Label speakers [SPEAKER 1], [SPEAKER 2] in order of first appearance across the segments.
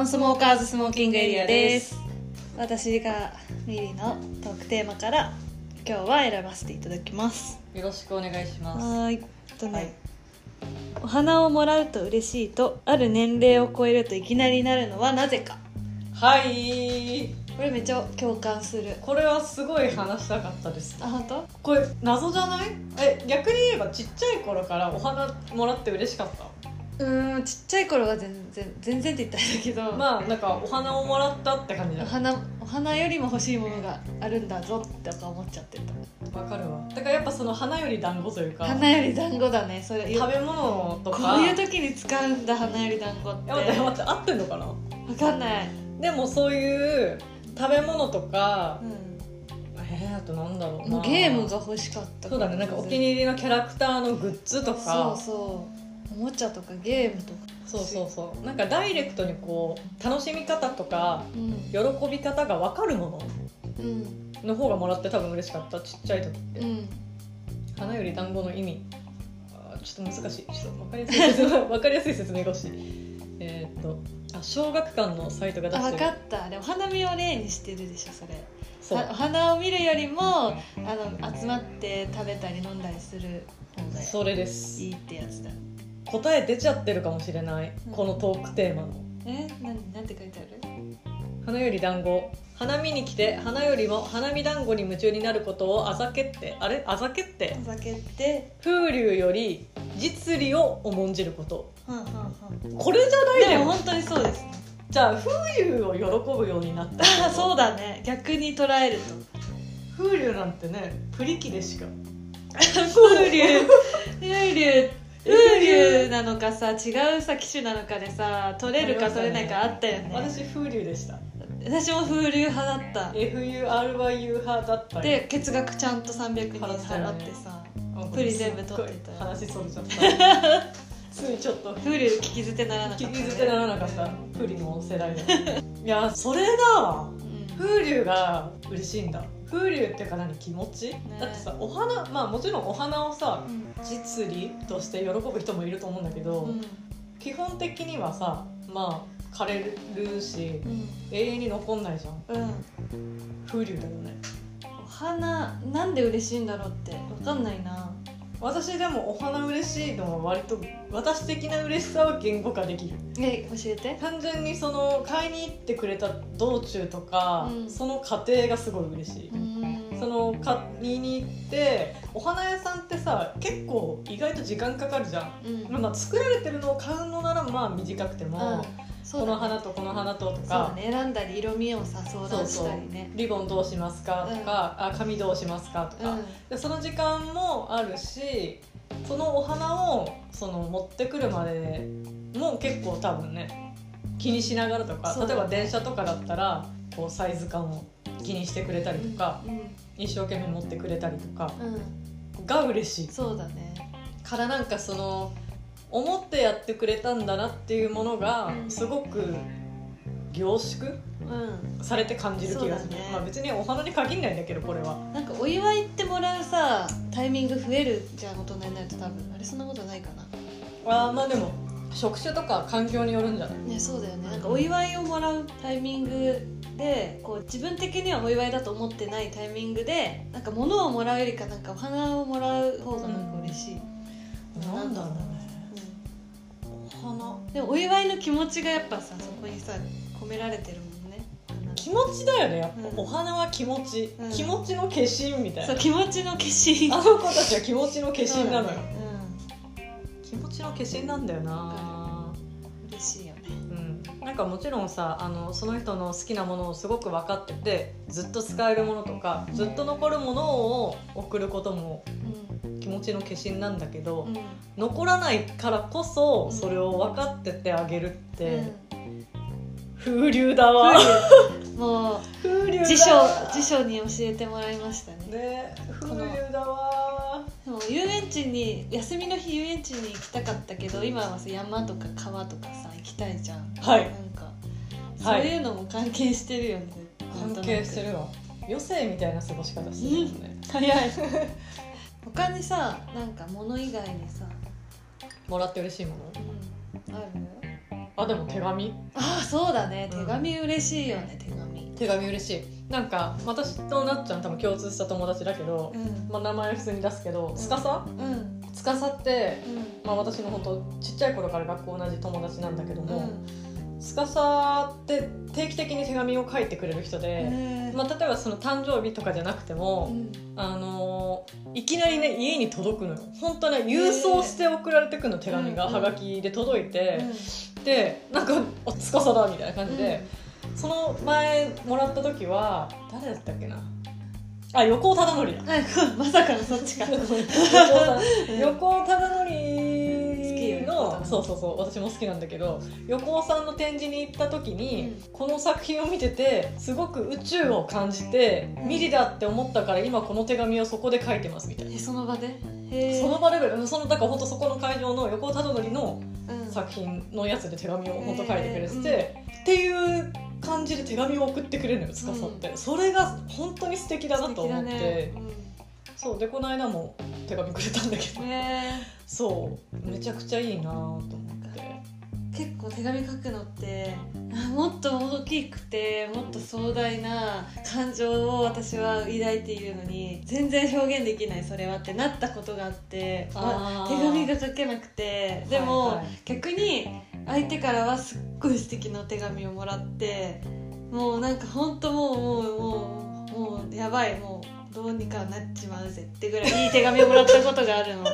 [SPEAKER 1] ンスモーカーズスモーキングエリアです
[SPEAKER 2] 私がミリのトークテーマから今日は選ばせていただきます
[SPEAKER 1] よろしくお願いします
[SPEAKER 2] はーいえっとね、
[SPEAKER 1] はい
[SPEAKER 2] お花をもらうと嬉しいとある年齢を超えるといきなりなるのはなぜか
[SPEAKER 1] はい
[SPEAKER 2] これめっちゃ共感する
[SPEAKER 1] これはすごい話したかったです
[SPEAKER 2] あ本当
[SPEAKER 1] これ謎じゃないえ逆に言えばちっちゃい頃からお花もらって嬉しかった
[SPEAKER 2] うーんちっちゃい頃は全然全然って言ったんだけど、
[SPEAKER 1] まあなんかお花をもらったって感じだ
[SPEAKER 2] お花お花よりも欲しいものがあるんだぞとか思っちゃってた
[SPEAKER 1] わかるわだからやっぱその花より団子というか
[SPEAKER 2] 花より団子だねそれ
[SPEAKER 1] 食べ物と
[SPEAKER 2] こ
[SPEAKER 1] か
[SPEAKER 2] ういう時に使うんだ花より団子っ
[SPEAKER 1] え
[SPEAKER 2] て
[SPEAKER 1] 待って待って合ってんのかな
[SPEAKER 2] わかんない、
[SPEAKER 1] でもそういう食べ物とか
[SPEAKER 2] う、
[SPEAKER 1] えー、あとなんだろうんな
[SPEAKER 2] もうゲームが欲しかった
[SPEAKER 1] そうだねなんかお気
[SPEAKER 2] 入り
[SPEAKER 1] に入りのキャラクターのグッズとか
[SPEAKER 2] そうそうおもちゃとかゲームとか
[SPEAKER 1] そうそうそうなんかダイレクトにこう楽しみ方とか
[SPEAKER 2] うん
[SPEAKER 1] 喜び方が分かるも
[SPEAKER 2] うん
[SPEAKER 1] のの方がもらって多分嬉しかったちっちゃい時って、
[SPEAKER 2] うん
[SPEAKER 1] 花より団子の意味あーちょっと難しいちょっと分かりやすい 説明分かりやすい説明が欲しいえーっとあ小学館のサイトが出
[SPEAKER 2] あ
[SPEAKER 1] して
[SPEAKER 2] 分か
[SPEAKER 1] る
[SPEAKER 2] ったでも花見を例にしてるでしょそれ
[SPEAKER 1] そう
[SPEAKER 2] はお花を見るよりもあの集まって食べたり飲んだりする方が
[SPEAKER 1] それです
[SPEAKER 2] いいってやつだ
[SPEAKER 1] 答え出ちゃってるかもしれない
[SPEAKER 2] うん
[SPEAKER 1] このトークテーマの
[SPEAKER 2] えなんなんて書いてある
[SPEAKER 1] 花より団子花見に来て花よりも花見団子に夢中になることをあざけってあれあざけって
[SPEAKER 2] お酒って
[SPEAKER 1] 風流より実利を重んじること
[SPEAKER 2] はんはんはん
[SPEAKER 1] これじゃない
[SPEAKER 2] で
[SPEAKER 1] よ
[SPEAKER 2] も本当にそうです
[SPEAKER 1] じゃあ風流を喜ぶようになった
[SPEAKER 2] あそうだね逆に捉えると
[SPEAKER 1] 風流なんてねプリキでしか
[SPEAKER 2] 風流風流風流なのかさ違うさ機種なのかでさ取れるか取れないかあったよね
[SPEAKER 1] 私風流でした
[SPEAKER 2] 私も風流派だった
[SPEAKER 1] FURYU 派だったよ
[SPEAKER 2] で血額ちゃんと300人払ってさプリ全部取ってた
[SPEAKER 1] 話それちゃった ついちょっと
[SPEAKER 2] 風流聞き捨てならなかった
[SPEAKER 1] 聞
[SPEAKER 2] ね
[SPEAKER 1] き捨てならなかったプリの世 代だいやそれだわ
[SPEAKER 2] うん
[SPEAKER 1] 風流が嬉しいんだ風流っていうか何気持ち、だってさお花まあもちろんお花をさ実利として喜ぶ人もいると思うんだけど、
[SPEAKER 2] うん
[SPEAKER 1] 基本的にはさまあ枯れるし
[SPEAKER 2] うん
[SPEAKER 1] 永遠に残んないじゃん
[SPEAKER 2] うん
[SPEAKER 1] 風流だよね
[SPEAKER 2] お花なんで嬉しいんだろうって分かんないな
[SPEAKER 1] 私でもお花嬉しいのは割と私的な嬉しさは言語化できる
[SPEAKER 2] え教えて
[SPEAKER 1] 単純にその買いに行ってくれた道中とか、
[SPEAKER 2] うん
[SPEAKER 1] その過程がすごい嬉しい、
[SPEAKER 2] うん
[SPEAKER 1] その買いに行ってお花屋さんってさ結構意外と時間かかるじゃん、
[SPEAKER 2] うん
[SPEAKER 1] まあ、作られてるのを買うのならまあ短くても、
[SPEAKER 2] そ
[SPEAKER 1] こ
[SPEAKER 2] う
[SPEAKER 1] の
[SPEAKER 2] だね
[SPEAKER 1] 花とこの花とと
[SPEAKER 2] そう
[SPEAKER 1] か、
[SPEAKER 2] だね選んだり色味をさ相談したりね
[SPEAKER 1] リボンどうしますかとか、あ紙どうしますかとか、でその時間もあるしそのお花をその持ってくるまでも結構多分ね気にしながらとか
[SPEAKER 2] そう
[SPEAKER 1] 例えば電車とかだったらこうサイズ感を気にしてくれたり
[SPEAKER 2] うん
[SPEAKER 1] とか、
[SPEAKER 2] うん
[SPEAKER 1] 一生懸命持ってくれたりとか
[SPEAKER 2] うん
[SPEAKER 1] が嬉しい
[SPEAKER 2] そうだね
[SPEAKER 1] からなんかその思ってやってくれたんだなっていうものが
[SPEAKER 2] うん
[SPEAKER 1] すごく凝縮
[SPEAKER 2] うん
[SPEAKER 1] されて感じる気がす
[SPEAKER 2] そう
[SPEAKER 1] る、
[SPEAKER 2] だね
[SPEAKER 1] まあ別にお花に限らないんだけどこれは
[SPEAKER 2] なんかお祝いってもらうさタイミング増えるじゃん大人になると多分あれそんなことないかな
[SPEAKER 1] あーまあでも職種とか環境によるんじゃない
[SPEAKER 2] ねそうだよねなんかお祝いをもらうタイミングでこう自分的にはお祝いだと思ってないタイミングでなんか物をもらうよりかなんかお花をもらう方がなんか嬉しい、
[SPEAKER 1] なんだろうねお花
[SPEAKER 2] うんでもお祝いの気持ちがやっぱさそこにさ込められてるもんね
[SPEAKER 1] 気持ちだよねやっぱ、
[SPEAKER 2] うん
[SPEAKER 1] お花は気持ち、
[SPEAKER 2] うん
[SPEAKER 1] 気持ちの化身みたい
[SPEAKER 2] そ
[SPEAKER 1] な
[SPEAKER 2] う気持ちの化身
[SPEAKER 1] あの子たちは気持ちの化身なのよ、
[SPEAKER 2] そうだね
[SPEAKER 1] 気持ちの化身なんだよな
[SPEAKER 2] うん嬉しいよね
[SPEAKER 1] うん、なんかもちろんさあのその人の好きなものをすごく分かっててずっと使えるものとかずっと残るものを送ることも気持ちの化身なんだけど、
[SPEAKER 2] うんうん
[SPEAKER 1] 残らないからこそ
[SPEAKER 2] うん
[SPEAKER 1] それを分かっててあげるって、
[SPEAKER 2] うん
[SPEAKER 1] 風流だわ
[SPEAKER 2] もう
[SPEAKER 1] 風流だわ
[SPEAKER 2] 辞書辞書に教えてもらいましたね
[SPEAKER 1] ね風流だわ
[SPEAKER 2] でも遊園地に休みの日遊園地に行きたかったけど今はさ山とか川とかさ行きたいじゃん
[SPEAKER 1] はい
[SPEAKER 2] なんかそ
[SPEAKER 1] は
[SPEAKER 2] う
[SPEAKER 1] い
[SPEAKER 2] いうのも関係してるよね、
[SPEAKER 1] 関係してるわ余生みたいな過ごし方してるよね、
[SPEAKER 2] 早い他にさなんか物以外にさ、
[SPEAKER 1] もらって嬉しいも
[SPEAKER 2] う
[SPEAKER 1] の
[SPEAKER 2] ん、ある
[SPEAKER 1] あでも手紙
[SPEAKER 2] ああそうだね
[SPEAKER 1] うん
[SPEAKER 2] 手紙嬉しいよね手紙
[SPEAKER 1] 手紙嬉しいなんか私となっちゃん多分共通した友達だけど、
[SPEAKER 2] うん
[SPEAKER 1] まあ、名前普通に出すけど司さ
[SPEAKER 2] うん
[SPEAKER 1] 司って、
[SPEAKER 2] うん
[SPEAKER 1] まあ、私の本当ちっちゃい頃から学校同じ友達なんだけど
[SPEAKER 2] う
[SPEAKER 1] も、
[SPEAKER 2] ん
[SPEAKER 1] 司って定期的に手紙を書いてくれる人で、
[SPEAKER 2] えー
[SPEAKER 1] まあ、例えばその誕生日とかじゃなくて
[SPEAKER 2] う
[SPEAKER 1] も、
[SPEAKER 2] ん
[SPEAKER 1] あのーいきなりね家に届くのよ本当ね郵送して送られてくの手紙が
[SPEAKER 2] うん
[SPEAKER 1] はがきで届いて、
[SPEAKER 2] うん
[SPEAKER 1] でなんか「おつかさだ」みたいな感じで、その前もらった時は誰だったっけなあ横尾忠則だ
[SPEAKER 2] あまさかのそっ ちか
[SPEAKER 1] 横尾忠 横尾忠則の
[SPEAKER 2] 好きよ
[SPEAKER 1] そうそうそう私も好きなんだけど横尾さんの展示に行った時に、この作品を見ててすごく宇宙を感じて、
[SPEAKER 2] うん
[SPEAKER 1] ミリだって思ったから今この手紙をそこで書いてますみたいな、
[SPEAKER 2] えその場でへえ
[SPEAKER 1] その場レベルそのだから本当そこの会場の横尾忠則の
[SPEAKER 2] うん
[SPEAKER 1] 作品のやつで手紙を本当書いてくれてて、
[SPEAKER 2] え
[SPEAKER 1] っていう感じで手紙を送ってくれるのよ司って、それが本当に素敵だなと思って、
[SPEAKER 2] 素敵だね
[SPEAKER 1] そうでこの間も手紙くれたんだけど
[SPEAKER 2] うんね
[SPEAKER 1] そうめちゃくちゃいいなと思って
[SPEAKER 2] え結構手紙書くのってあもっと大きくてもっと壮大な感情を私は抱いているのに全然表現できないそれはってなったことがあって
[SPEAKER 1] あー
[SPEAKER 2] ま手紙が書けなくてでも、
[SPEAKER 1] はいはい
[SPEAKER 2] 逆に相手からはすっごい素敵なお手紙をもらってもうなんかほんともうもうもうもうやばいもうどうにかなっちまうぜってぐらいいい手紙をもらったことがあ るの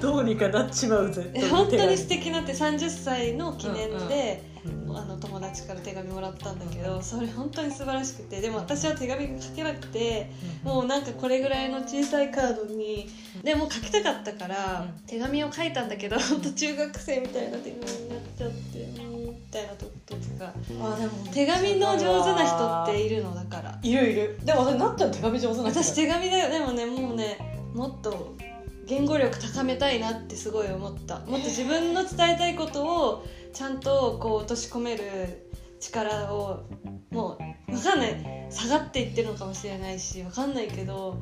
[SPEAKER 1] どうにかなっちまうぜ
[SPEAKER 2] え本当に素敵なって30歳の記念で、
[SPEAKER 1] うん
[SPEAKER 2] あの友達から手紙もらったんだけどそれ本当に素晴らしくてでも私は手紙が書けなくてもうなんかこれぐらいの小さいカードにでも書きたかったから、
[SPEAKER 1] うん
[SPEAKER 2] 手紙を書いたんだけど 本当中学生みたいな手紙になっちゃってうんみたいなこととか
[SPEAKER 1] あでも
[SPEAKER 2] 手紙の上手な人っているのだから
[SPEAKER 1] いるいるでも私なっちゃん手紙上手な人
[SPEAKER 2] 私手紙だよでもねもうねもっと言語力高めたいなってすごい思ったもっと自分の伝えたいことをちゃんとこう落とし込める力をもう分かんない下がっていってるのかもしれないし分かんないけど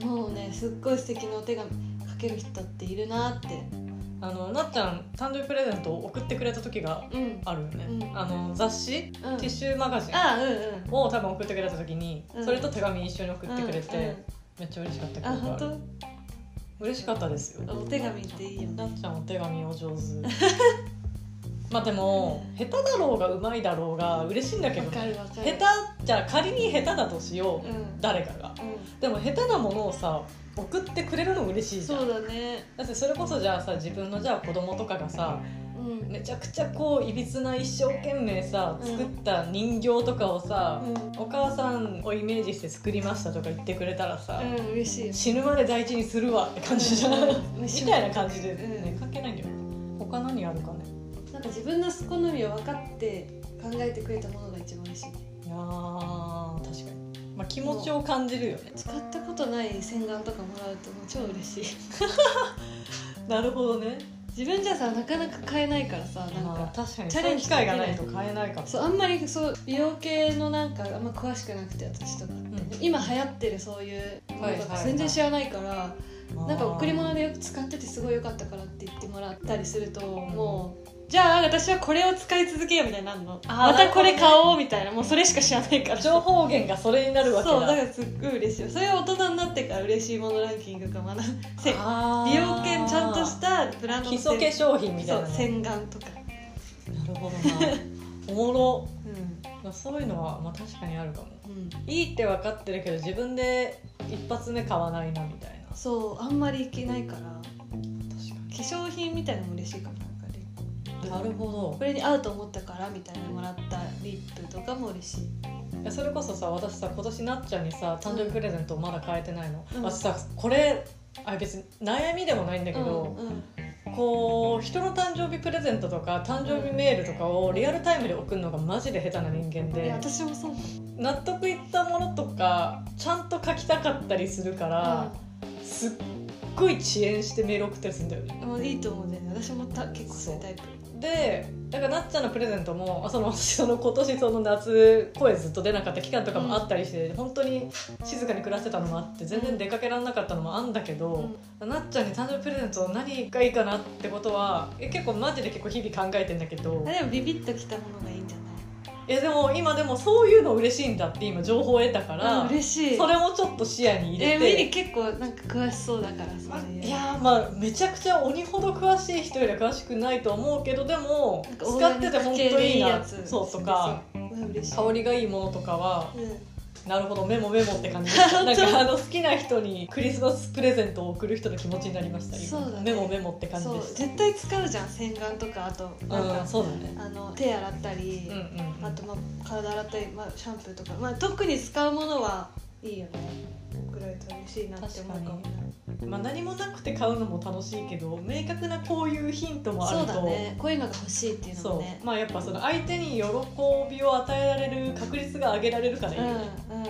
[SPEAKER 2] もうねすっごい素敵なお手紙書ける人っているなって
[SPEAKER 1] あのなっちゃん誕生日プレゼントを送ってくれた時が
[SPEAKER 2] うんうん
[SPEAKER 1] あるよね、
[SPEAKER 2] うん
[SPEAKER 1] あの雑誌
[SPEAKER 2] あ
[SPEAKER 1] ティッシュマガジン
[SPEAKER 2] あうんうん
[SPEAKER 1] を多分送ってくれた時に、
[SPEAKER 2] うん
[SPEAKER 1] それと手紙一緒に送ってくれて、
[SPEAKER 2] うん
[SPEAKER 1] めっちゃ嬉しかった
[SPEAKER 2] うん
[SPEAKER 1] 記
[SPEAKER 2] あ
[SPEAKER 1] 憶がある
[SPEAKER 2] 本
[SPEAKER 1] 嬉しかったですよ
[SPEAKER 2] 当お手紙っていいよね
[SPEAKER 1] なっちゃんお手紙お 上手まあでも下手だろうがうまいだろうが嬉しいんだけ
[SPEAKER 2] わ
[SPEAKER 1] ど
[SPEAKER 2] か
[SPEAKER 1] ね
[SPEAKER 2] るわか
[SPEAKER 1] 下
[SPEAKER 2] る
[SPEAKER 1] 手じゃあ仮に下手だとしよう、
[SPEAKER 2] うん
[SPEAKER 1] 誰かが
[SPEAKER 2] うん
[SPEAKER 1] でも下手なものをさ送ってくれるの嬉しいじゃ
[SPEAKER 2] そうんだね。
[SPEAKER 1] だってそれこそじゃあさ自分のじゃあ子供とかが
[SPEAKER 2] う
[SPEAKER 1] さ
[SPEAKER 2] ん。
[SPEAKER 1] めちゃくちゃこういびつな一生懸命さ
[SPEAKER 2] うん
[SPEAKER 1] 作った人形とかをさ、
[SPEAKER 2] う
[SPEAKER 1] お母さんをイメージして作りましたとか言ってくれたらさ、
[SPEAKER 2] ん。うん、嬉しいよ。
[SPEAKER 1] 死ぬまで大事にするわって感じじゃん、
[SPEAKER 2] うん
[SPEAKER 1] みたいな感じで、
[SPEAKER 2] うん
[SPEAKER 1] ね、書けないんだよ他何あるかね
[SPEAKER 2] なんか自分の好みを分かって考えてくれたものが一番嬉しいね。
[SPEAKER 1] いやー確かに、まあ、気持ちを感じるよね
[SPEAKER 2] 使ったことない洗顔とかもらうともう超嬉しい。
[SPEAKER 1] なるほどね
[SPEAKER 2] 自分じゃさなかなか買えないからさ、なん
[SPEAKER 1] ま
[SPEAKER 2] か。
[SPEAKER 1] あ、確かに
[SPEAKER 2] チャレンジ
[SPEAKER 1] 機会がないと買えないかも
[SPEAKER 2] そうあんまりそう美容系のなんかあんま詳しくなくて私とかって、
[SPEAKER 1] うん
[SPEAKER 2] 今流行ってるそういうものと
[SPEAKER 1] はいはいは
[SPEAKER 2] か
[SPEAKER 1] い
[SPEAKER 2] 全然知らないから、
[SPEAKER 1] あー
[SPEAKER 2] なんか贈り物でよく使っててすごい良かったからって言ってもらったりすると、もうじゃあ私はこれを使い続けようみたいになるの
[SPEAKER 1] あー
[SPEAKER 2] またこれ買おうみたいなもうそれしか知らないから
[SPEAKER 1] 情報源がそれになるわけだ
[SPEAKER 2] そうだからすっごい嬉しいよそれは大人になってから嬉しいものランキングが学ぶせ
[SPEAKER 1] あー
[SPEAKER 2] 美容系ちゃんとしたブランド
[SPEAKER 1] 基
[SPEAKER 2] の
[SPEAKER 1] 礎化粧品みたい
[SPEAKER 2] そう
[SPEAKER 1] なね
[SPEAKER 2] 洗顔とか、
[SPEAKER 1] なるほどなおもろ
[SPEAKER 2] う
[SPEAKER 1] まあそういうのは、まあ、確かにあるかも
[SPEAKER 2] んうん、
[SPEAKER 1] いいって分かってるけど自分で一発目買わないなみたいな確
[SPEAKER 2] そうあんまりいけないから
[SPEAKER 1] か
[SPEAKER 2] 化粧品みたいなのも嬉しいかもなんかね
[SPEAKER 1] になるほど
[SPEAKER 2] これに合うと思ったからみたいなのもらったリップとかも嬉しい
[SPEAKER 1] いやそれこそさ私さ今年なっちゃんにさ誕生日プレゼントまだ変えてないの、
[SPEAKER 2] うん
[SPEAKER 1] 私さこれあ別に悩みでもないんだけど、
[SPEAKER 2] うんうん
[SPEAKER 1] こう人の誕生日プレゼントとか誕生日メールとかをリアルタイムで送るのがマジで下手な人間
[SPEAKER 2] い
[SPEAKER 1] で
[SPEAKER 2] や私もそうだ
[SPEAKER 1] 納得いったものとかちゃんと書きたかったりするから、すっごい遅延してメール送ったりするんだよね
[SPEAKER 2] うん、もういいと思うんだよね私もた結構そういうタイプ
[SPEAKER 1] ででだからなっちゃんのプレゼントもあその私その今年その夏声ずっと出なかった期間とかもあったりして、本当に静かに暮らしてたのもあって全然出かけられなかったのもあんだけど、なっちゃんに誕生日プレゼント何がいいかなってことはえ結構マジで結構日々考えてんだけど
[SPEAKER 2] あでもビビッときたものがいいんじゃない
[SPEAKER 1] いやでも今でもそういうの嬉しいんだって今情報を得たから、
[SPEAKER 2] あ嬉しい
[SPEAKER 1] それもちょっと視野に入
[SPEAKER 2] え
[SPEAKER 1] れ
[SPEAKER 2] ミ
[SPEAKER 1] て。
[SPEAKER 2] リ結構なんか詳しそうだから
[SPEAKER 1] まあ
[SPEAKER 2] そういう
[SPEAKER 1] いやーまあめちゃくちゃ鬼ほど詳しい人よりは詳しくないと思うけどでも
[SPEAKER 2] なんかオー
[SPEAKER 1] 使
[SPEAKER 2] ガ
[SPEAKER 1] っ
[SPEAKER 2] ニ
[SPEAKER 1] て
[SPEAKER 2] ッ
[SPEAKER 1] て
[SPEAKER 2] ク
[SPEAKER 1] 本
[SPEAKER 2] 系
[SPEAKER 1] 当
[SPEAKER 2] で
[SPEAKER 1] い
[SPEAKER 2] い
[SPEAKER 1] い
[SPEAKER 2] いや
[SPEAKER 1] な
[SPEAKER 2] つ
[SPEAKER 1] そうとか
[SPEAKER 2] そうそううわ嬉しい
[SPEAKER 1] 香りがいいものとかは
[SPEAKER 2] うん
[SPEAKER 1] なるほどメモメモっ て感じ
[SPEAKER 2] 本当
[SPEAKER 1] なんかあの好きな人にクリスマスプレゼントを贈る人の気持ちになりました今
[SPEAKER 2] そうだね
[SPEAKER 1] メモメモって感じ
[SPEAKER 2] そう
[SPEAKER 1] でした
[SPEAKER 2] 絶対使うじゃん洗顔とかあとなんか、
[SPEAKER 1] うんそうだね
[SPEAKER 2] あの手洗ったり、
[SPEAKER 1] うんうんうん
[SPEAKER 2] あとまあ体洗ったり、まあ、シャンプーとか、まあ、特に使うものはいいよねぐらいと嬉しいなって思うかもね
[SPEAKER 1] まあ、何もなくて買うのも楽しいけど明確なこういうヒントもある
[SPEAKER 2] そ
[SPEAKER 1] と
[SPEAKER 2] うだねこういうのが欲しいっていうの
[SPEAKER 1] そ
[SPEAKER 2] も
[SPEAKER 1] う
[SPEAKER 2] ね
[SPEAKER 1] まあやっぱその相手に喜びを与えられる確率が上げられるからいいよね、
[SPEAKER 2] うんうん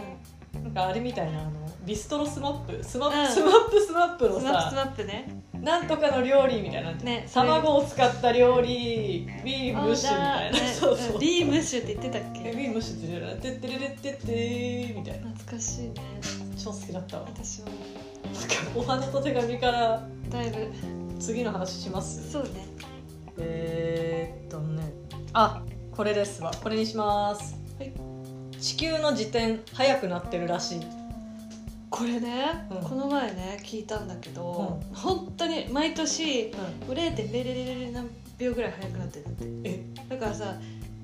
[SPEAKER 1] なんかあれみたいなあのビストロスマップスマップ、
[SPEAKER 2] うん
[SPEAKER 1] スマップスマップの
[SPEAKER 2] スマップス
[SPEAKER 1] さ
[SPEAKER 2] マップね
[SPEAKER 1] なんとかの料理みたいなのあるじゃん
[SPEAKER 2] ね
[SPEAKER 1] 卵を使った料理ビームッシュみたいな、
[SPEAKER 2] あーだね
[SPEAKER 1] そうそう
[SPEAKER 2] うんリームッシュって言ってたっ
[SPEAKER 1] え
[SPEAKER 2] け
[SPEAKER 1] ビームッシュって言うよねてってれれってってみたいな
[SPEAKER 2] 懐かしいね
[SPEAKER 1] 超好きだったわなんか
[SPEAKER 2] 私も
[SPEAKER 1] お花と手紙から
[SPEAKER 2] だいぶ
[SPEAKER 1] 次の話します
[SPEAKER 2] そうね
[SPEAKER 1] えー、っとねあこれですわこれにします、
[SPEAKER 2] はい
[SPEAKER 1] 地球の自転速くなってるらしい
[SPEAKER 2] これね、
[SPEAKER 1] うん
[SPEAKER 2] この前ね聞いたんだけど、本当に毎年0.000何秒ぐらい速くなってるんだって
[SPEAKER 1] え
[SPEAKER 2] だからさ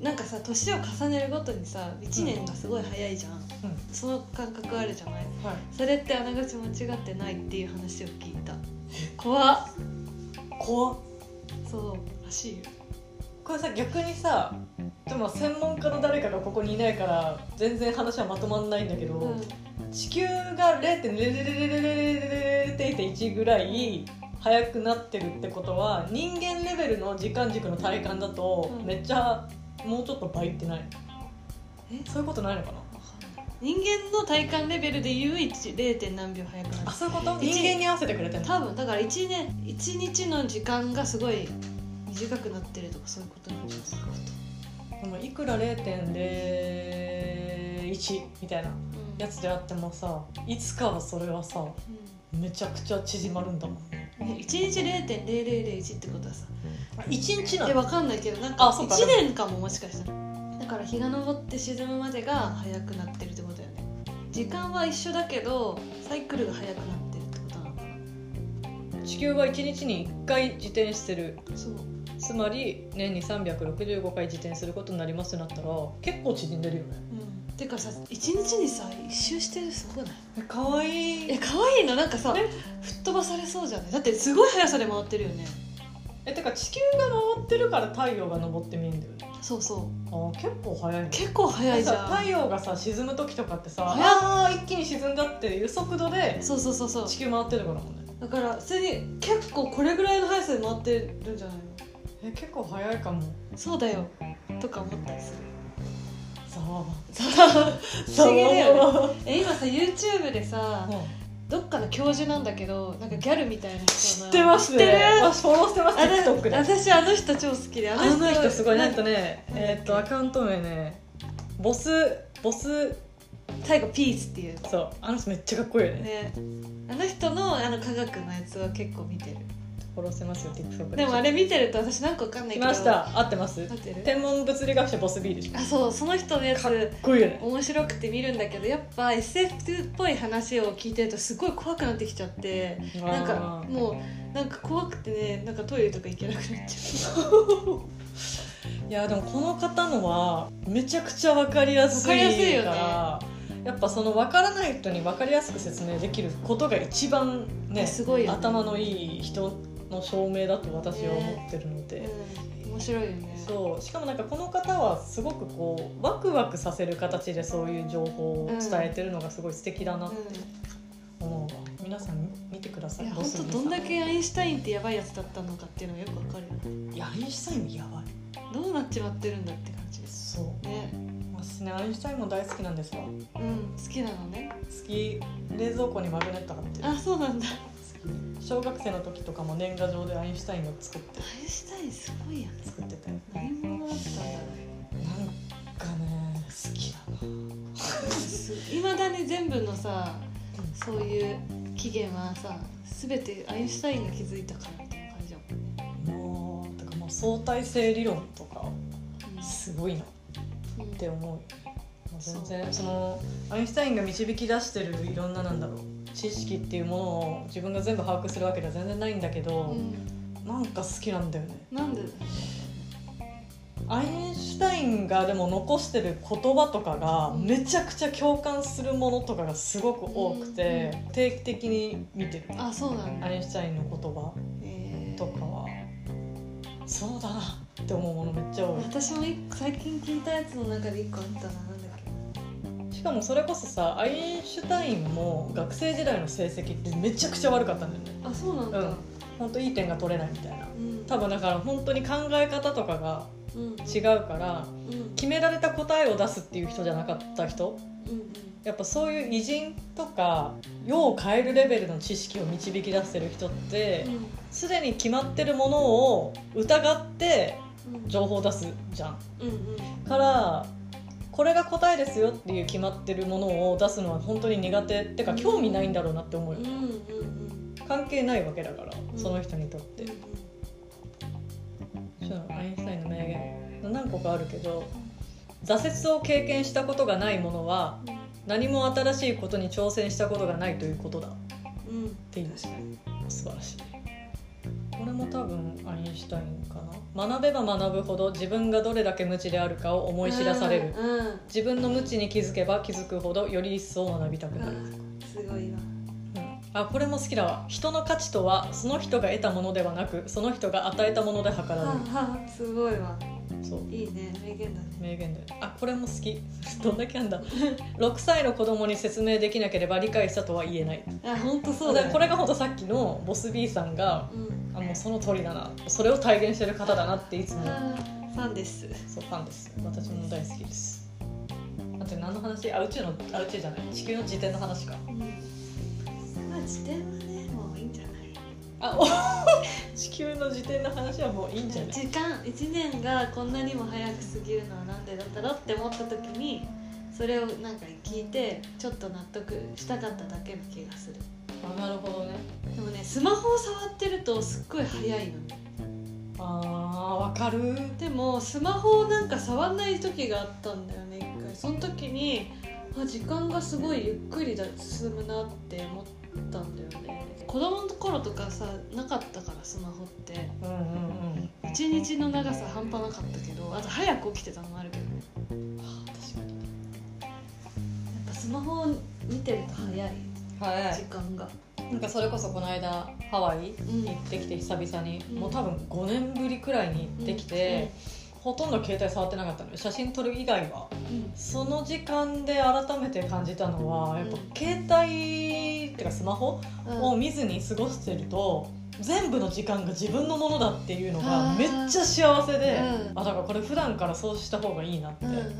[SPEAKER 2] なんかさ年を重ねるごとにさ1年がすごい早いじゃん、
[SPEAKER 1] ん
[SPEAKER 2] その感覚あるじゃない
[SPEAKER 1] はい
[SPEAKER 2] それってあながち間違ってないっていう話を聞いた怖っ
[SPEAKER 1] 怖っ
[SPEAKER 2] そうらしいよ
[SPEAKER 1] これさ逆にさでも専門家の誰かがここにいないから全然話はまとまんないんだけど、
[SPEAKER 2] うん
[SPEAKER 1] 地球が0.00001ぐらい速くなってるってことは人間レベルの時間軸の体感だと
[SPEAKER 2] うん
[SPEAKER 1] めっちゃもうちょっと倍ってない
[SPEAKER 2] え
[SPEAKER 1] そういうことないのかな
[SPEAKER 2] 人間の体感レベルで言う1 0. 点何秒速くな
[SPEAKER 1] あ
[SPEAKER 2] る
[SPEAKER 1] そういうこと
[SPEAKER 2] 一
[SPEAKER 1] 人間に合わせてくれてんの
[SPEAKER 2] 多分だから1年一日の時間がすごい短くなってるとかそういうことなんじゃないか
[SPEAKER 1] でもいくら0.01みたいなやつであってもさいつかはそれはさめちゃくちゃ縮まるんだもん
[SPEAKER 2] うんね一日0.0001ってことはさ
[SPEAKER 1] 一日な
[SPEAKER 2] で
[SPEAKER 1] の
[SPEAKER 2] わかんないけどなんか
[SPEAKER 1] あそうか
[SPEAKER 2] 1年かももしかしたらだから日が昇って沈むまでが早くなってるってことだよね時間は一緒だけどサイクルが早くなってるってことなのかな
[SPEAKER 1] 地球は1日に1回自転してる
[SPEAKER 2] そう
[SPEAKER 1] つまり年に365回自転することになりますってなったら結構縮んでるよね
[SPEAKER 2] うんてかさ一日にさ一周してるすごくない
[SPEAKER 1] えかわい
[SPEAKER 2] え
[SPEAKER 1] え
[SPEAKER 2] 可愛いのなんかさ
[SPEAKER 1] ね
[SPEAKER 2] 吹っ飛ばされそうじゃないだってすごい速さで回ってるよね
[SPEAKER 1] てか地球が回ってるから太陽が昇って見えるんだよね
[SPEAKER 2] そうそう
[SPEAKER 1] あー結構早いね
[SPEAKER 2] 結構速いじ
[SPEAKER 1] さ
[SPEAKER 2] ゃ
[SPEAKER 1] 太陽がさ沈む時とかってさ
[SPEAKER 2] 早っ
[SPEAKER 1] あー一気に沈んだっていう速度で
[SPEAKER 2] んそうそうそうそう
[SPEAKER 1] 地球回ってるからもんね
[SPEAKER 2] だから普通に結構これぐらいの速さで回ってるんじゃないの
[SPEAKER 1] え結構早いかも
[SPEAKER 2] そうだよとか思ったりする
[SPEAKER 1] ざわわ
[SPEAKER 2] 不思議だよね
[SPEAKER 1] ざわわ
[SPEAKER 2] え今さ YouTube でさどっかの教授なんだけどなんかギャルみたいな人
[SPEAKER 1] 知
[SPEAKER 2] の
[SPEAKER 1] ってます
[SPEAKER 2] 知ってる
[SPEAKER 1] ね私フォローしてます
[SPEAKER 2] あれ
[SPEAKER 1] TikTok で
[SPEAKER 2] 私あの人超好きであ
[SPEAKER 1] あの人すごいな
[SPEAKER 2] なん
[SPEAKER 1] ん
[SPEAKER 2] か
[SPEAKER 1] とね
[SPEAKER 2] なん
[SPEAKER 1] えーっとアカウント名ねボスボス
[SPEAKER 2] 最後ピースっていう
[SPEAKER 1] そうあの人めっちゃかっこいいよね
[SPEAKER 2] ねあの人のあの科学のやつは結構見てる
[SPEAKER 1] フォローしてますよ TikTok
[SPEAKER 2] でもあれ見てると私なんかわかんない
[SPEAKER 1] 来
[SPEAKER 2] けど
[SPEAKER 1] ました合ってます
[SPEAKER 2] 合ってる
[SPEAKER 1] 天文物理学者ボス B でしょか
[SPEAKER 2] あそうその人のやつ
[SPEAKER 1] っこいいよね
[SPEAKER 2] 面白くて見るんだけどやっぱ SF っぽい話を聞いてるとすごい怖くなってきちゃってなんか
[SPEAKER 1] あー
[SPEAKER 2] もうなんか怖くてねなんかトイレとか行けなくなっちゃ
[SPEAKER 1] いやでもこの方のはめちゃくちゃ分かりやすいから
[SPEAKER 2] わかりやすいよね
[SPEAKER 1] やっぱその分からない人に分かりやすく説明できることが一番
[SPEAKER 2] う、
[SPEAKER 1] ね
[SPEAKER 2] すごいよ、ね、
[SPEAKER 1] 頭のいい人の証明だと私は思ってるので、
[SPEAKER 2] うん、面白いよね
[SPEAKER 1] そうしかもなんかこの方はすごくこうワクワクさせる形でそういう情報を伝えてるのがすごい素敵だなって思うわ、皆さん見てくだ
[SPEAKER 2] う
[SPEAKER 1] さ
[SPEAKER 2] ん、
[SPEAKER 1] い
[SPEAKER 2] いや
[SPEAKER 1] ボ
[SPEAKER 2] 本
[SPEAKER 1] ス
[SPEAKER 2] 当
[SPEAKER 1] に
[SPEAKER 2] どん
[SPEAKER 1] さ
[SPEAKER 2] だけアインシュタインってやばいやつだったのかっていうのがよくわかるよね
[SPEAKER 1] いやアインシュタインもやばい
[SPEAKER 2] どうなっちまってるんだって感じです
[SPEAKER 1] そ
[SPEAKER 2] ね
[SPEAKER 1] う私ねアインシュタインも大好きなんですわ好
[SPEAKER 2] うん好きなのね
[SPEAKER 1] き冷蔵庫にマグネット貼ってる
[SPEAKER 2] あそうなんだ
[SPEAKER 1] 好き小学生の時とかも年賀状でアインシュタインの作って
[SPEAKER 2] インシュタインすごいやん
[SPEAKER 1] 作っててなん
[SPEAKER 2] 何者だったんだろ
[SPEAKER 1] かね好きだな
[SPEAKER 2] ういまだに全部のさそういう起源はさ全てアインシュタインが気づいたからみたいな感じだもんね
[SPEAKER 1] もうだからもう相対性理論とかすごいなっ
[SPEAKER 2] うん
[SPEAKER 1] て思うよまあ全然そのアインシュタインが導き出してるいろんななんだろう知識っていうものを自分が全部把握するわけでは全然ないんだけ
[SPEAKER 2] う
[SPEAKER 1] ど、
[SPEAKER 2] ん
[SPEAKER 1] なんか好きなんだよね
[SPEAKER 2] なんでだろ
[SPEAKER 1] アインシュタインがでも残してる言葉とかがめちゃくちゃ共感するものとかがすごく多くて定期的に見てる
[SPEAKER 2] うあそうなんだ
[SPEAKER 1] アインシュタインの言葉
[SPEAKER 2] えー
[SPEAKER 1] とかはそうだなって思うものめっちゃ多
[SPEAKER 2] 私も一個最近聞いたやつの中で一個あったななんだっけ
[SPEAKER 1] いしかもそれこそさアインシュタインも学生時代の成績ってめちゃくちゃ悪かったんだよね
[SPEAKER 2] あそうなんだ
[SPEAKER 1] ほんといい点が取れないみたいな
[SPEAKER 2] うん
[SPEAKER 1] 多分だから本当に考え方とかが
[SPEAKER 2] うん
[SPEAKER 1] 違うから
[SPEAKER 2] うんうん
[SPEAKER 1] 決められた答えを出すっていう人じゃなかった人
[SPEAKER 2] うん
[SPEAKER 1] やっぱそういう偉人とか世を変えるレベルの知識を導き出してる人って
[SPEAKER 2] うん
[SPEAKER 1] すでに決まってるものを疑って
[SPEAKER 2] うん
[SPEAKER 1] 情報を出すじゃん。
[SPEAKER 2] うんうん
[SPEAKER 1] からこれが答えですよっていう決まってるものを出すのは本当に苦手ってか興味ないんだろうなって思う
[SPEAKER 2] う
[SPEAKER 1] よ
[SPEAKER 2] んうん
[SPEAKER 1] 関係ないわけだから
[SPEAKER 2] うん
[SPEAKER 1] その人にとって
[SPEAKER 2] うん
[SPEAKER 1] ちょっとアインシュタインの名言何個かあるけど挫折を経験したことがないものは何も新しいことに挑戦したことがないということだっ
[SPEAKER 2] うんうん
[SPEAKER 1] ていうんですね素晴らしいこれも多分アインシュタインかな学べば学ぶほど自分がどれだけ無知であるかを思い知らされる
[SPEAKER 2] うんうん
[SPEAKER 1] 自分の無知に気づけば気づくほどより一層学びたくなる、
[SPEAKER 2] すごいわ
[SPEAKER 1] うんあこれも好きだわ人の価値とはその人が得たものではなくその人が与えたもので計られ
[SPEAKER 2] は
[SPEAKER 1] る、
[SPEAKER 2] はすごいわ
[SPEAKER 1] そう
[SPEAKER 2] いいね名言だね
[SPEAKER 1] 名言だよねあこれも好き どんだけあんだ 6歳の子供に説明できなければ理解したとは言えない
[SPEAKER 2] あ本当そ
[SPEAKER 1] そうう
[SPEAKER 2] だ
[SPEAKER 1] だ
[SPEAKER 2] よ
[SPEAKER 1] これがほんとさっきのボス B さんが
[SPEAKER 2] うん
[SPEAKER 1] あもうその通りだなそれを体現してる方だなっていつも
[SPEAKER 2] あーファンです
[SPEAKER 1] そうファンです私も大好きですあと何の話あ宇宙のあ宇宙じゃない地球の自転の話か
[SPEAKER 2] うんまあ辞典はねもういいんじゃない
[SPEAKER 1] あお 地球の時点の話はもういいんじゃない
[SPEAKER 2] 時間1年がこんなにも早く過ぎるのはなんでだったろうって思った時にそれをなんか聞いてちょっと納得したかっただけの気がする
[SPEAKER 1] あなるほどね
[SPEAKER 2] でもねスマホを触ってるとすっごい早いのね
[SPEAKER 1] あーわかる
[SPEAKER 2] でもスマホをなんか触んない時があったんだよね一回その時にあ時間がすごいゆっくりだ進むなって思ったんだよね子供の頃とかさなかったからスマホって
[SPEAKER 1] うんうん
[SPEAKER 2] 一日の長さ半端なかったけどあと早く起きてたのもあるけどね
[SPEAKER 1] うんあー確かに
[SPEAKER 2] やっぱスマホを見てると早い
[SPEAKER 1] は
[SPEAKER 2] 時間が、
[SPEAKER 1] いなんかそれこそこの間ハワイ
[SPEAKER 2] うん
[SPEAKER 1] 行ってきて久々に、
[SPEAKER 2] うん
[SPEAKER 1] もう多分5年ぶりくらいに行ってきて、ほとんど携帯触ってなかったのよ写真撮る以外は
[SPEAKER 2] うん
[SPEAKER 1] その時間で改めて感じたのはやっぱ携帯ってかスマホ
[SPEAKER 2] うん
[SPEAKER 1] を見ずに過ごしてると全部の時間が自分のものだっていうの
[SPEAKER 2] あ
[SPEAKER 1] が
[SPEAKER 2] ー
[SPEAKER 1] めっちゃ幸せで、
[SPEAKER 2] うん
[SPEAKER 1] あだからこれ普段からそうした方がいいなって、
[SPEAKER 2] うんうんうん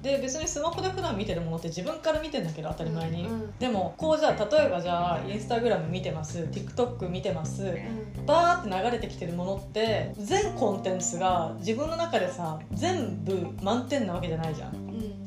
[SPEAKER 1] で別にスマホで普段見てるものって自分から見てんだけど当たり前に、
[SPEAKER 2] うんうん
[SPEAKER 1] でもこうじゃあ例えばじゃあインスタグラム見てます TikTok 見てます
[SPEAKER 2] うん
[SPEAKER 1] バーって流れてきてるものって全コンテンツが自分の中でさ全部満点なわけじゃないじゃん
[SPEAKER 2] う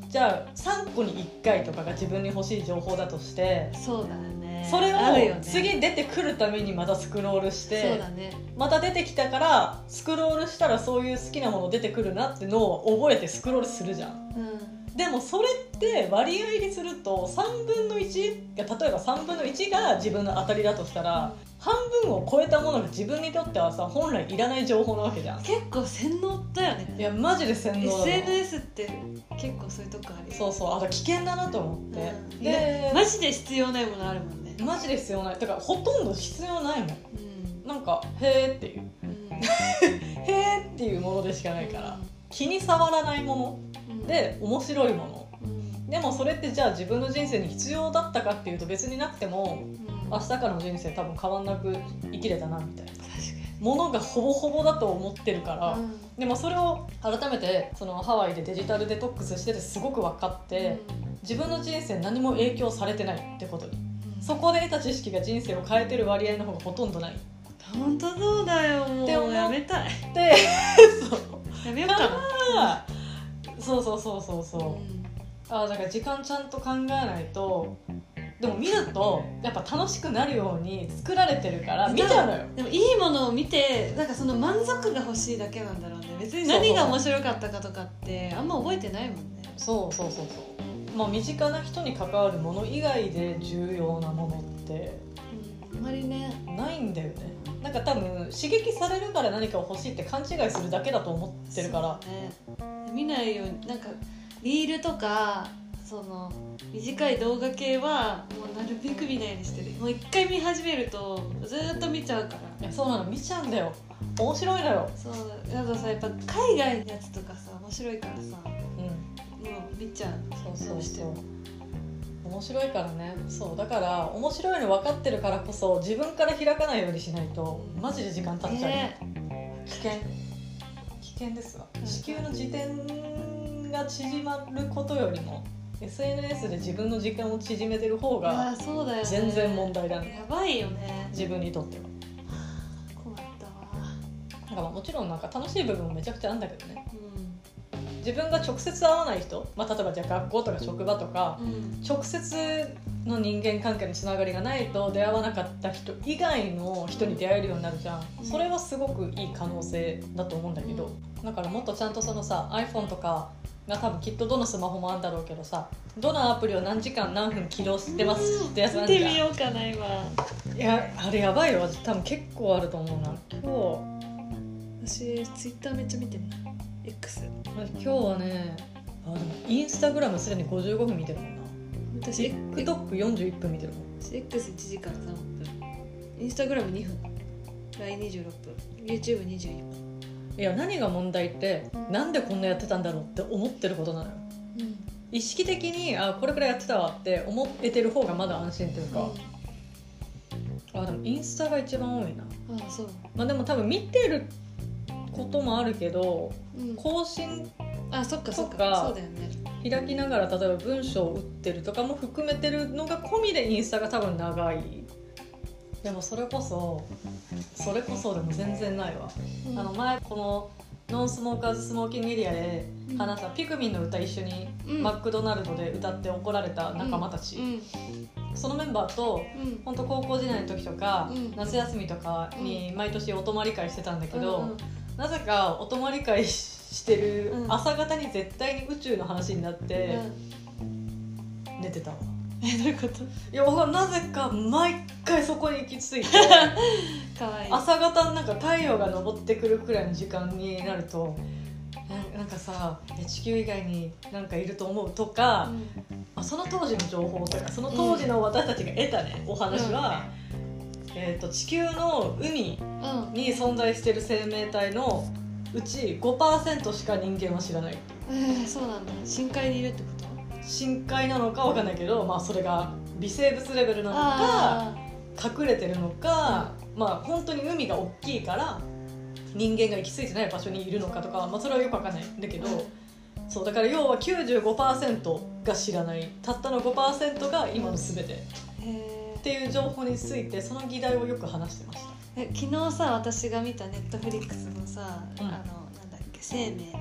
[SPEAKER 2] ん
[SPEAKER 1] じゃあ3個に1回とかが自分に欲しい情報だとして
[SPEAKER 2] そうだね
[SPEAKER 1] それ
[SPEAKER 2] あるよ
[SPEAKER 1] を
[SPEAKER 2] ね
[SPEAKER 1] 次出てくるためにまたスクロールし
[SPEAKER 2] そう
[SPEAKER 1] て
[SPEAKER 2] だね
[SPEAKER 1] また出てきたからスクロールしたらそういう好きなもの出てくるなってのを覚えてスクロールするじゃん
[SPEAKER 2] うん
[SPEAKER 1] でもそれって割合にすると3分の1が例えば3分の1が自分の当たりだとしたら半分を超えたものが自分にとってはさ本来いらない情報なわけじゃんい
[SPEAKER 2] 結構洗脳だよね
[SPEAKER 1] やマジで洗脳だと思う
[SPEAKER 2] SNS って結構そういうとこあるよ
[SPEAKER 1] そうそうあだから危険だなと思って、
[SPEAKER 2] うん
[SPEAKER 1] で
[SPEAKER 2] マジで必要ないものあるもんね
[SPEAKER 1] マジで必要ないだからほとんど必要ないもん
[SPEAKER 2] うん
[SPEAKER 1] なんか「へーっていう
[SPEAKER 2] うん
[SPEAKER 1] 「へーっていうものでしかないから気に触らないも
[SPEAKER 2] うん
[SPEAKER 1] ので面白いもの
[SPEAKER 2] うん
[SPEAKER 1] でもそれってじゃあ自分の人生に必要だったかっていうと別になくても
[SPEAKER 2] うん
[SPEAKER 1] 明日からの人生多分変わんなく生きれたなみたいな
[SPEAKER 2] 確か
[SPEAKER 1] ものがほぼほぼだと思ってるから、
[SPEAKER 2] に
[SPEAKER 1] でもそれを改めてそのハワイでデジタルデトックスしててすごく分かって、自分の人生何も影響されてないってことに
[SPEAKER 2] うん
[SPEAKER 1] そこで得た知識が人生を変えてる割合の方がほとんどないっ
[SPEAKER 2] 本当そうだよも
[SPEAKER 1] って思
[SPEAKER 2] う
[SPEAKER 1] う
[SPEAKER 2] やめたい
[SPEAKER 1] て そう
[SPEAKER 2] やめようかな、
[SPEAKER 1] あーそうそうそうそうそうう、
[SPEAKER 2] ん
[SPEAKER 1] あーだから時間ちゃんと考えないとでも見るとやっぱ楽しくなるように作られてるから見ちゃうのよ
[SPEAKER 2] でもいいものを見てなんかその満足が欲しいだけなんだろうね別に何が面白かったかとかってあんま覚えてないもんね
[SPEAKER 1] そうそうそうそうまあ身近な人に関わるもの以外で重要なものって
[SPEAKER 2] うんあんまりね
[SPEAKER 1] ないんだよねなんか多分刺激されるから何かを欲しいって勘違いするだけだと思ってるから
[SPEAKER 2] そうね見ないようになんかリールとかその短い動画系はもうなるべく見ないようにしてるもう一回見始めるとずーっと見ちゃうから
[SPEAKER 1] いやそうなの見ちゃうんだよ面白いのよ
[SPEAKER 2] そうあとさやっぱ海外のやつとかさ面白いからさも
[SPEAKER 1] うん
[SPEAKER 2] う見ちゃう
[SPEAKER 1] そう
[SPEAKER 2] ど
[SPEAKER 1] そうう
[SPEAKER 2] して
[SPEAKER 1] そう
[SPEAKER 2] も
[SPEAKER 1] 面白いからねそうだから面白いの分かってるからこそ自分から開かないようにしないとマジで時間経っちゃう、
[SPEAKER 2] ね
[SPEAKER 1] 危険危険ですわ
[SPEAKER 2] ん
[SPEAKER 1] 地球の時点が縮まることよりも SNS で自分の時間を縮めてる方
[SPEAKER 2] あ
[SPEAKER 1] が
[SPEAKER 2] ーそうだよね
[SPEAKER 1] 全然問題だね
[SPEAKER 2] やばいよね
[SPEAKER 1] 自分にとっては
[SPEAKER 2] 困ったわ
[SPEAKER 1] なんかまあもちろんなんか楽しい部分もめちゃくちゃあるんだけどね
[SPEAKER 2] うん
[SPEAKER 1] 自分が直接会わない人、まあ、例えばじゃあ学校とか職場とか
[SPEAKER 2] うん
[SPEAKER 1] 直接の人間関係のつながりがないと出会わなかった人以外の人に出会えるようになるじゃん
[SPEAKER 2] うん
[SPEAKER 1] それはすごくいい可能性だと思うんだけどだからもっとちゃんとそのさ iPhone とかが多分きっとどのスマホもあるんだろうけどさどのアプリを何時間何分起動してますってやつな
[SPEAKER 2] 見
[SPEAKER 1] んじ
[SPEAKER 2] て
[SPEAKER 1] ゃん
[SPEAKER 2] みようかな今
[SPEAKER 1] いやあれやばいよ多分結構あると思うな今日
[SPEAKER 2] 私ツイッターめっちゃ見てる X
[SPEAKER 1] 今日はねあでもインスタグラムすでに55分見てるもんな
[SPEAKER 2] 私
[SPEAKER 1] TikTok41 分見てるもん
[SPEAKER 2] X1 時間3分インスタグラム2分 LINE26 分 YouTube21 分
[SPEAKER 1] いや何が問題ってなんでこんなやってたんだろうって思ってることなのよ意識的にあこれくらいやってたわって思えてる方がまだ安心というか、あでもインスタが一番多いな
[SPEAKER 2] うんああそう、
[SPEAKER 1] まあでも多分見てることもあるけど
[SPEAKER 2] うん、
[SPEAKER 1] 更新
[SPEAKER 2] あそっかそっ
[SPEAKER 1] そっ
[SPEAKER 2] か
[SPEAKER 1] か
[SPEAKER 2] そうだよね
[SPEAKER 1] 開きながら例えば文章を打ってるとかも含めてるのが込みでインスタが多分長いでもそれこそそれこそでも全然ないわ、あの前この「ノンスモーカーズスモーキングエリア」で話したピクミンの歌一緒に
[SPEAKER 2] うん
[SPEAKER 1] マクドナルドで歌って怒られた仲間たち、
[SPEAKER 2] うん
[SPEAKER 1] そのメンバーと
[SPEAKER 2] うん
[SPEAKER 1] 本当高校時代の時とか、
[SPEAKER 2] うん
[SPEAKER 1] 夏休みとかに毎年お泊まり会してたんだけど、なぜかお泊まり会ししてる
[SPEAKER 2] うん
[SPEAKER 1] 朝方に絶対に宇宙の話になっ
[SPEAKER 2] うんう
[SPEAKER 1] て
[SPEAKER 2] ん
[SPEAKER 1] 寝てたわ。
[SPEAKER 2] えどういうこと
[SPEAKER 1] いやわかんないなぜか毎回そこに行き着 いて
[SPEAKER 2] かわいい
[SPEAKER 1] 朝方なんか太陽が昇ってくるくらいの時間になるとななんかさえ地球以外になんかいると思うとか、
[SPEAKER 2] う
[SPEAKER 1] あその当時の情報とかその当時の私たちが得たね、お話は、えー、と地球の海
[SPEAKER 2] んうん
[SPEAKER 1] に存在してる生命体のうち5%しか人間は知らない
[SPEAKER 2] えー、そうなんだ深海にいるってこと
[SPEAKER 1] 深海なのかわかんないけど、まあ、それが微生物レベルなのか
[SPEAKER 2] あ
[SPEAKER 1] 隠れてるのか、まあ本当に海が大きいから人間が行き着いてない場所にいるのかとか、まあ、それはよくわかんないんだけど、そうだから要は95%が知らないたったの5%が今の全て。
[SPEAKER 2] ーへー
[SPEAKER 1] っていう情報についてその議題をよく話してました
[SPEAKER 2] え昨日さ私が見たネットフリックスのさ、
[SPEAKER 1] うん
[SPEAKER 2] あのなんだっけ生命の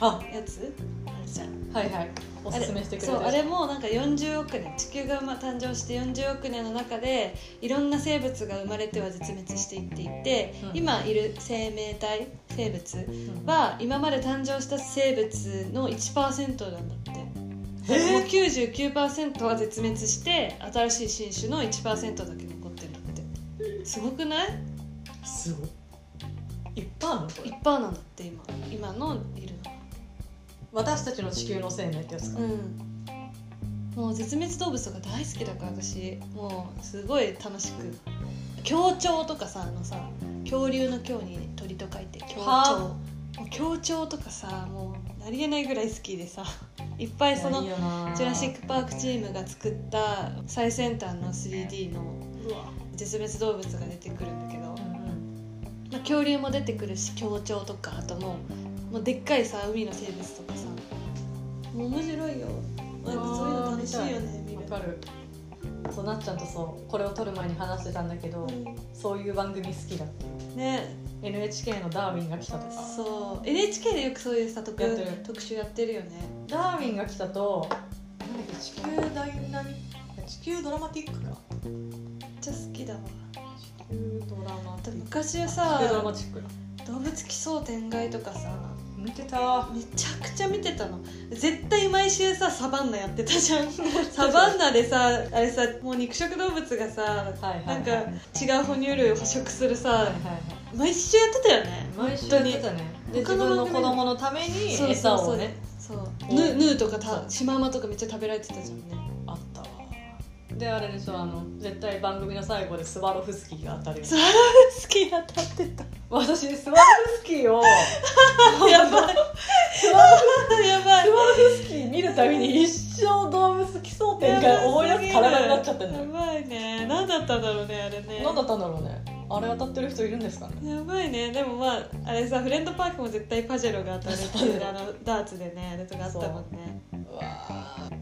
[SPEAKER 1] あ
[SPEAKER 2] やつあれじゃん
[SPEAKER 1] はいはいおすすめしてくれて
[SPEAKER 2] そ
[SPEAKER 1] る
[SPEAKER 2] うあれもなんか40億年地球がまあ誕生して40億年の中でいろんな生物が生まれては絶滅していっていて、
[SPEAKER 1] うん
[SPEAKER 2] 今いる生命体生物
[SPEAKER 1] うん
[SPEAKER 2] は今まで誕生した生物の1%なんだって。
[SPEAKER 1] え
[SPEAKER 2] もう
[SPEAKER 1] ー
[SPEAKER 2] 99%は絶滅して新しい新種の1%だけ残ってるんだってすごくない
[SPEAKER 1] すごいいっぱいあるのこれ
[SPEAKER 2] ?1% なんだって今今のいる
[SPEAKER 1] 私たちの地球の生命ってやつか、
[SPEAKER 2] のうんもう絶滅動物とか大好きだから私もうすごい楽しく協調とかさあのさ恐竜の恐に鳥と書いて協調
[SPEAKER 1] は
[SPEAKER 2] もう協調とかさもうなりえないぐらい好きでさ いっぱいその
[SPEAKER 1] いやいいよな
[SPEAKER 2] ジュラシック・パークチームが作った最先端の 3D の
[SPEAKER 1] うわ
[SPEAKER 2] 絶滅動物が出てくるんだけど、ま
[SPEAKER 1] うん
[SPEAKER 2] あ、恐竜も出てくるし強鳥とかあともうもうでっかいさ海の生物とかさもう面白いよなんかそういうの楽しいよね
[SPEAKER 1] う
[SPEAKER 2] 見
[SPEAKER 1] ん
[SPEAKER 2] る
[SPEAKER 1] わかるそうなっちゃんとそうこれを撮る前に話してたんだけど、そういう番組好きだって
[SPEAKER 2] ね
[SPEAKER 1] NHK の「ダーウィンが来た」とか
[SPEAKER 2] そう NHK でよくそういうさ特
[SPEAKER 1] やってる
[SPEAKER 2] 特集やってるよね
[SPEAKER 1] 「ダーウィンが来た」と「なんだっけ地球ダイナミック」「地球ドラマティック」か
[SPEAKER 2] めっちゃ好きだわ
[SPEAKER 1] 「地球ドラマ
[SPEAKER 2] あと
[SPEAKER 1] ティック」
[SPEAKER 2] 昔は
[SPEAKER 1] 「
[SPEAKER 2] さ
[SPEAKER 1] 地球ドラマチック」だ
[SPEAKER 2] 動物奇想天外とかさ
[SPEAKER 1] 見 てた
[SPEAKER 2] めちゃくちゃ見てたの絶対毎週さサバンナやってたじ ゃんサバンナでさあれさもう肉食動物がさ
[SPEAKER 1] はいはい
[SPEAKER 2] なんか
[SPEAKER 1] はいはい
[SPEAKER 2] 違う哺乳類を捕食するさ
[SPEAKER 1] はい
[SPEAKER 2] 毎週やってたよね
[SPEAKER 1] 毎週やってたねで自
[SPEAKER 2] 他の
[SPEAKER 1] 分
[SPEAKER 2] 番
[SPEAKER 1] の
[SPEAKER 2] 組
[SPEAKER 1] 子供のために
[SPEAKER 2] そうそ
[SPEAKER 1] 餌
[SPEAKER 2] うそ
[SPEAKER 1] を
[SPEAKER 2] う
[SPEAKER 1] ね
[SPEAKER 2] そう
[SPEAKER 1] うん
[SPEAKER 2] ヌヌーとかたシマウマとかめっちゃ食べられてたじゃんね
[SPEAKER 1] あったわであれでしょあの絶対番組の最後でスワロフスキーが当たるよ
[SPEAKER 2] スワロフスキー当たってた
[SPEAKER 1] 私スワロフスキーを
[SPEAKER 2] やばい
[SPEAKER 1] スワロフ
[SPEAKER 2] やばい
[SPEAKER 1] スワロフスキー見るたびに一生動物奇想天外思い出す体になっちゃってんの
[SPEAKER 2] や
[SPEAKER 1] よ
[SPEAKER 2] ばいね何だったんだろうねあれね
[SPEAKER 1] 何だったんだろうねあれ当たってる人いるんですかね
[SPEAKER 2] やばいねでもまああれさフレンドパークも絶対パジェロが当たるってい
[SPEAKER 1] パジェ
[SPEAKER 2] う
[SPEAKER 1] ロ
[SPEAKER 2] あのダーツでねあれとかあったもんね
[SPEAKER 1] うわ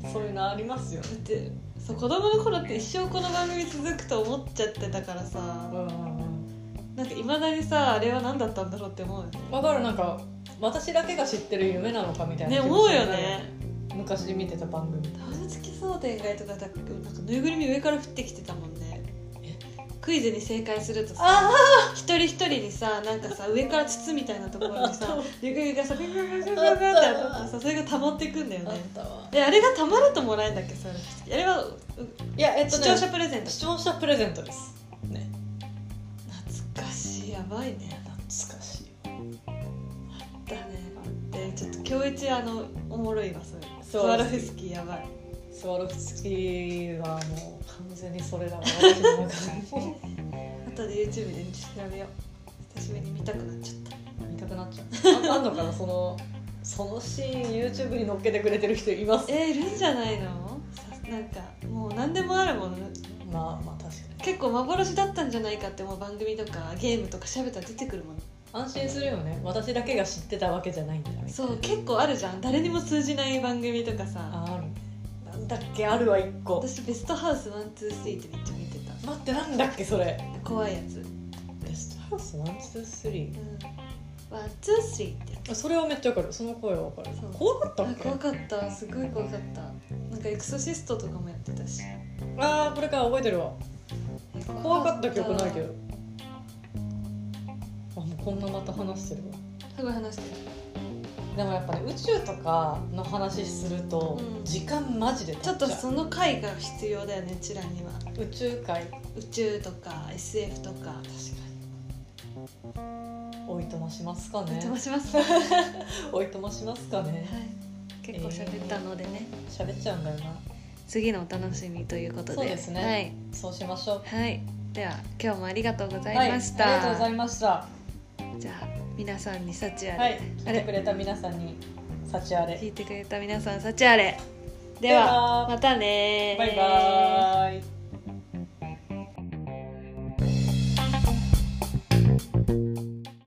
[SPEAKER 1] ーそういうのありますよね
[SPEAKER 2] だってそう子供の頃って一生この番組続くと思っちゃってたからさ
[SPEAKER 1] うんうんうん
[SPEAKER 2] なんかいまだにさあれは何だったんだろうって思うよね
[SPEAKER 1] わかるなんか私だけが知ってる夢なのかみたいな
[SPEAKER 2] ね
[SPEAKER 1] 気持ち
[SPEAKER 2] 思うよ
[SPEAKER 1] になる
[SPEAKER 2] ね
[SPEAKER 1] 昔見てた番組
[SPEAKER 2] ダブつき想天外とかだなんかぬいぐるみ上から降ってきてたもんねクイズに正解するとさ
[SPEAKER 1] あ
[SPEAKER 2] 一人一人にさなんかさ上から筒みたいなところにさぬいぐるみがさピンピンピンピンピンピンって当たってさそれが溜まっていくんだよ
[SPEAKER 1] ああ
[SPEAKER 2] ね
[SPEAKER 1] ったわ
[SPEAKER 2] であれがたまるともらえるんだっけそれあれはい
[SPEAKER 1] やえっと
[SPEAKER 2] 視
[SPEAKER 1] ね
[SPEAKER 2] 聴者プレゼント
[SPEAKER 1] 視聴者プレゼントですね
[SPEAKER 2] 懐かしいやばいね
[SPEAKER 1] 懐かしい
[SPEAKER 2] だねでちょっと今日一あのおもろいわそれ
[SPEAKER 1] そう
[SPEAKER 2] スワロフスキーやばい
[SPEAKER 1] スワロフスキーはもう完全にそれだわ私の中で
[SPEAKER 2] 後で YouTube で調べよう久しぶりに見たくなっちゃった
[SPEAKER 1] 見たくなっちゃうああんのかなそのそのシーン YouTube に載っけてくれてる人います
[SPEAKER 2] えーいるんじゃないのさなんかもう何でもあるもの
[SPEAKER 1] まあまあ確かに
[SPEAKER 2] 結構幻だったんじゃないかってもう番組とかゲームとか喋ったら出てくるもの
[SPEAKER 1] 安心するよね私だけが知ってたわけじゃないんだみたいな
[SPEAKER 2] そう結構あるじゃん誰にも通じない番組とかさ
[SPEAKER 1] ああるなんだっけあるわ一個
[SPEAKER 2] 私ベストハウス123ってめっちゃ見てた
[SPEAKER 1] 待ってなんだっけそれ
[SPEAKER 2] 怖いやつ
[SPEAKER 1] ベストハウス123
[SPEAKER 2] うんワンツースリーってや
[SPEAKER 1] あそれはめっちゃわかるその声はわかる
[SPEAKER 2] そう
[SPEAKER 1] 怖かったっ
[SPEAKER 2] つあ
[SPEAKER 1] け
[SPEAKER 2] 怖かったすごい怖かったなんかエクソシストとかもやってたし
[SPEAKER 1] ああこれか覚えてるわ怖かった記憶ないけどあもうこんなまた話してるわ
[SPEAKER 2] すごい話してる
[SPEAKER 1] でもやっぱね宇宙とかの話すると、
[SPEAKER 2] うん
[SPEAKER 1] 時間マジで経
[SPEAKER 2] ちょっ
[SPEAKER 1] ちゃ
[SPEAKER 2] と
[SPEAKER 1] う
[SPEAKER 2] その回が必要だよねうちらには
[SPEAKER 1] 宇宙界確か
[SPEAKER 2] 宇宙とか SF とか
[SPEAKER 1] においとましますか
[SPEAKER 2] お邪魔
[SPEAKER 1] ね
[SPEAKER 2] します、はい、
[SPEAKER 1] おいとましますかね
[SPEAKER 2] 結構喋ったのでね、
[SPEAKER 1] 喋っちゃうんだよな
[SPEAKER 2] 次のお楽しみということで
[SPEAKER 1] そうですねそうしましょう
[SPEAKER 2] はい、はい、では今日もありがとうござ
[SPEAKER 1] はい
[SPEAKER 2] いました、
[SPEAKER 1] ありがとうございました
[SPEAKER 2] じゃあ皆さんに幸あれ、
[SPEAKER 1] はい
[SPEAKER 2] あ
[SPEAKER 1] 来てく
[SPEAKER 2] れ
[SPEAKER 1] れた皆さんに幸あれ
[SPEAKER 2] 聞いてくれた皆さん幸あれでは
[SPEAKER 1] では
[SPEAKER 2] またね
[SPEAKER 1] バイバーイ